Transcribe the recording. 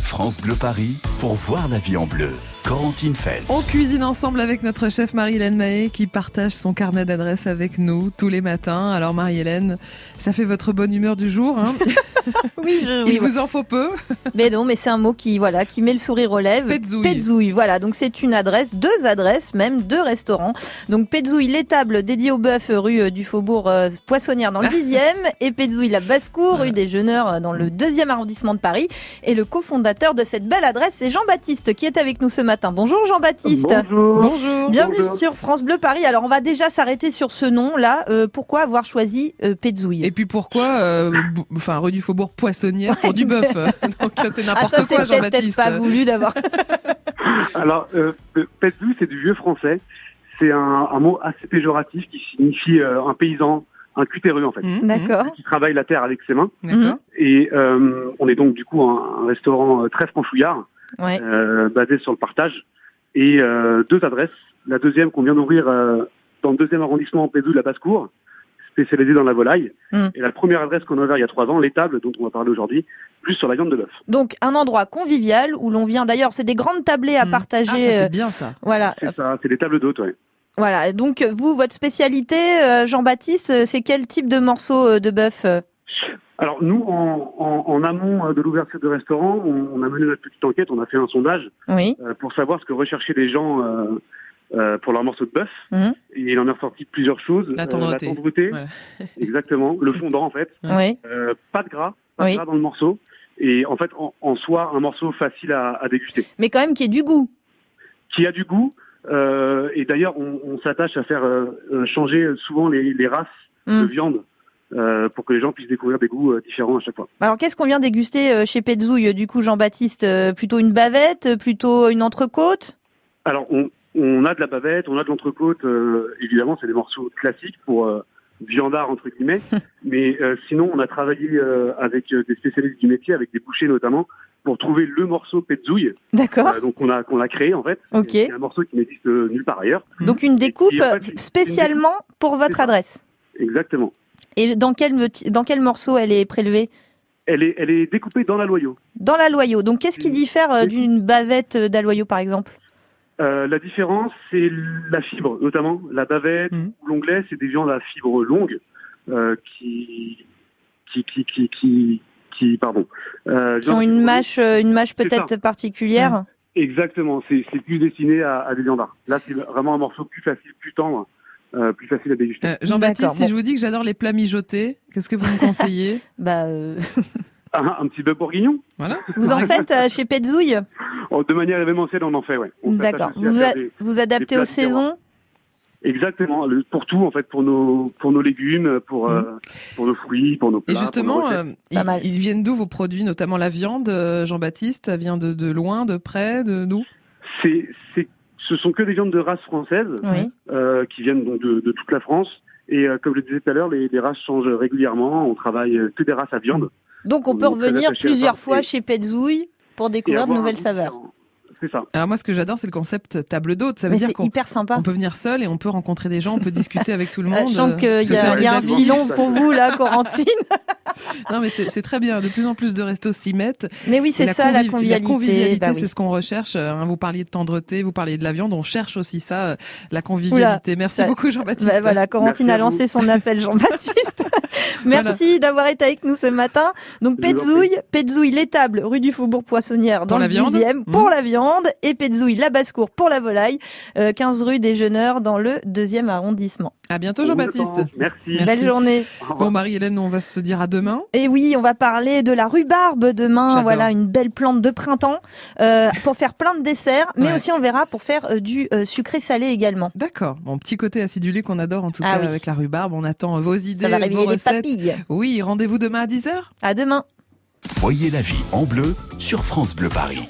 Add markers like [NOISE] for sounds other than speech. France Bleu Paris pour voir la vie en bleu. Corentine Feltz. On cuisine ensemble avec notre chef Marie-Hélène Mahé qui partage son carnet d'adresses avec nous tous les matins. Alors Marie-Hélène, ça fait votre bonne humeur du jour. Hein Oui, je, [LAUGHS] oui, Il vous en faut peu. mais non, mais c'est un mot qui voilà, qui met le sourire aux lèvres. Petzouille. Petzouille, voilà. Donc c'est une adresse, deux adresses même, deux restaurants. Donc Petzouille l'étable dédiée au bœuf rue euh, du Faubourg euh, [LAUGHS] Poissonnière dans le 10e et Petzouille la basse-cour rue des Jeuneurs euh, dans le 2e arrondissement de Paris et le cofondateur de cette belle adresse c'est Jean-Baptiste qui est avec nous ce matin. Bonjour Jean-Baptiste. Bonjour. Bonjour. Bienvenue Bonjour. sur France Bleu Paris. Alors on va déjà s'arrêter sur ce nom là, pourquoi avoir choisi euh, Petzouille Et puis pourquoi, euh, bou- enfin, rue du Faubourg Poissonnière pour du bœuf hein [LAUGHS] Donc c'est Ah n'importe ça c'est quoi, peut-être peut-être Jean-Baptiste. pas [LAUGHS] voulu d'avoir Alors, euh, le Petzou, c'est du vieux français. C'est un, un mot assez péjoratif qui signifie euh, un paysan, un cutéreux en fait, Mmh, mmh, D'accord. Hmm. qui travaille la terre avec ses mains. D'accord. Ah, Et euh, on est donc du coup un, un restaurant euh, très franchouillard, Ouais. euh, basé sur le partage. Et euh, deux adresses. La deuxième qu'on vient d'ouvrir euh, dans le deuxième arrondissement en Pédou de la Basse-Cour, spécialisée dans la volaille. Mm. Et la première adresse qu'on a ouverte il y a trois ans, l'étable dont on va parler aujourd'hui, plus sur la viande de bœuf. Donc un endroit convivial où l'on vient d'ailleurs, c'est des grandes tablées à Mmh. partager. Ah, ça, euh, c'est bien ça. voilà, euh, C'est ça, c'est les tables d'hôtes, ouais. voilà. Donc vous, votre spécialité, euh, Jean-Baptiste, euh, c'est quel type de morceau euh, de bœuf euh Alors nous, en, en- en amont euh, de l'ouverture de restaurant, on, on a mené notre petite enquête, on a fait un sondage Oui. euh, pour savoir ce que recherchaient les gens euh, euh, pour leur morceau de bœuf. Mhm. Et il en est ressorti plusieurs choses. La Euh, tendreté. la tendreté Voilà. [LAUGHS] exactement. Le fondant en fait. Ouais. Oui. Euh, pas de gras, pas Oui. de gras dans le morceau. Et en fait, en, en soi, un morceau facile à, à déguster, Mais quand même qui est du goût. qui a du goût. euh, et d'ailleurs, on, on s'attache à faire euh, euh, changer souvent les, les races de Mm. viande euh, pour que les gens puissent découvrir des goûts euh, différents à chaque fois. Alors qu'est-ce qu'on vient déguster euh, chez Petzouille euh, du coup Jean-Baptiste Euh, Plutôt une bavette, euh, plutôt une entrecôte Alors, on, on a de la bavette, on a de l'entrecôte. euh, évidemment, c'est des morceaux classiques pour euh, viandard, entre guillemets. Mais euh, sinon, on a travaillé euh, avec euh, des spécialistes du métier, avec des bouchers notamment, pour trouver le morceau pétzouille, D'accord. euh, donc qu'on a, qu'on a créé en fait. Ah. Ok. C'est un morceau qui n'existe euh, nulle part ailleurs. Donc une découpe Et en fait, spécialement pour votre ça. adresse. Exactement. Et dans quel moti- dans quel morceau elle est prélevée Elle est, elle est découpée dans la loyau. Dans la loyau. Donc qu'est-ce qui Une- diffère euh, d'une bavette euh, d'aloyau par exemple Euh, la différence, c'est la fibre, notamment la bavette Mhm. ou l'onglet, c'est des viandes à fibre longue euh, qui, qui, qui, qui, qui, qui- pardon. Euh, Qui ont viandes une à fibre longue. mâche euh, une mâche C'est ça. peut-être particulière. Exactement, c'est c'est plus destiné à, à des viandards. Là, c'est vraiment un morceau plus facile, plus tendre, euh, plus facile à déguster. Euh, Jean-Baptiste, D'accord, si bon. je vous dis que j'adore les plats mijotés, qu'est-ce que vous me [LAUGHS] conseillez Bah, [LAUGHS] euh, Un, un petit bœuf bourguignon Voilà. vous en faites euh, chez Petzouille Oh, De manière événementielle, on en fait, ouais. On s'attache D'accord. aussi à Vous, faire a- des- vous adaptez aux plats différents. saisons Exactement, le- pour tout, en fait, pour nos, pour nos légumes, pour, Mhm. euh, pour nos fruits, pour nos plats. Et pour nos justement, recettes. euh, Pas ils, mal. ils viennent d'où vos produits, notamment la viande, euh, Jean-Baptiste Ça vient de, de loin, de près, de d'où c'est, c'est- ce sont que des viandes de race française Oui. euh, qui viennent donc de, de toute la France. Et euh, comme je le disais tout à l'heure, les, les races changent régulièrement. On travaille euh, que des races à viande. Donc on On peut est très revenir attaché à plusieurs ça, fois et- chez Petzouille pour Et découvrir de avoir un nouvelles goût saveurs. différent. C'est ça. Alors moi, ce que j'adore, c'est le concept euh, table d'hôte. Ça veut Mais dire c'est qu'on hyper sympa. on peut venir seul et on peut rencontrer des [LAUGHS] gens, on peut discuter avec tout le Euh, monde. Je sens euh, qu'il se y, a- faire il y a des un amis. filon pour vous là, Corentine. Non, mais c'est c'est très bien. De plus en plus de restos s'y mettent. Mais oui, c'est Et ça la convivi- convivialité. convivialité, Bah oui. c'est ce qu'on recherche. Euh, hein, vous parliez de tendreté, vous parliez de la viande. On cherche aussi ça, euh, la convivialité. Merci ça- beaucoup, Jean-Baptiste. Bah voilà, Corentine Merci à a lancé son appel, [LAUGHS] Jean-Baptiste. Merci d'avoir été avec nous ce matin. Donc, Je vous en Petzouille, Petzouille, l'étable, rue du Faubourg Poissonnière, dans Pour la le viande. Mmh. 10e, pour la viande, et Petzouille, la basse-cour, pour la volaille, euh, 15 rue des Jeuneurs, dans le 2e arrondissement. À bientôt, On vous Jean-Baptiste. attend. Merci. Merci. Belle journée. Au revoir. Bon, Marie-Hélène, on va se dire à demain. Et oui, on va parler de la rhubarbe demain. J'adore. Voilà, une belle plante de printemps, euh, pour faire plein de desserts, mais Ouais. aussi, on verra, pour faire euh, du euh, sucré-salé également. D'accord. Bon, petit côté acidulé qu'on adore en tout Ah cas oui. avec la rhubarbe. On attend vos idées, Ça va réveiller vos les recettes. papilles. oui, rendez-vous demain à 10h. À demain. Voyez la vie en bleu sur France Bleu Paris.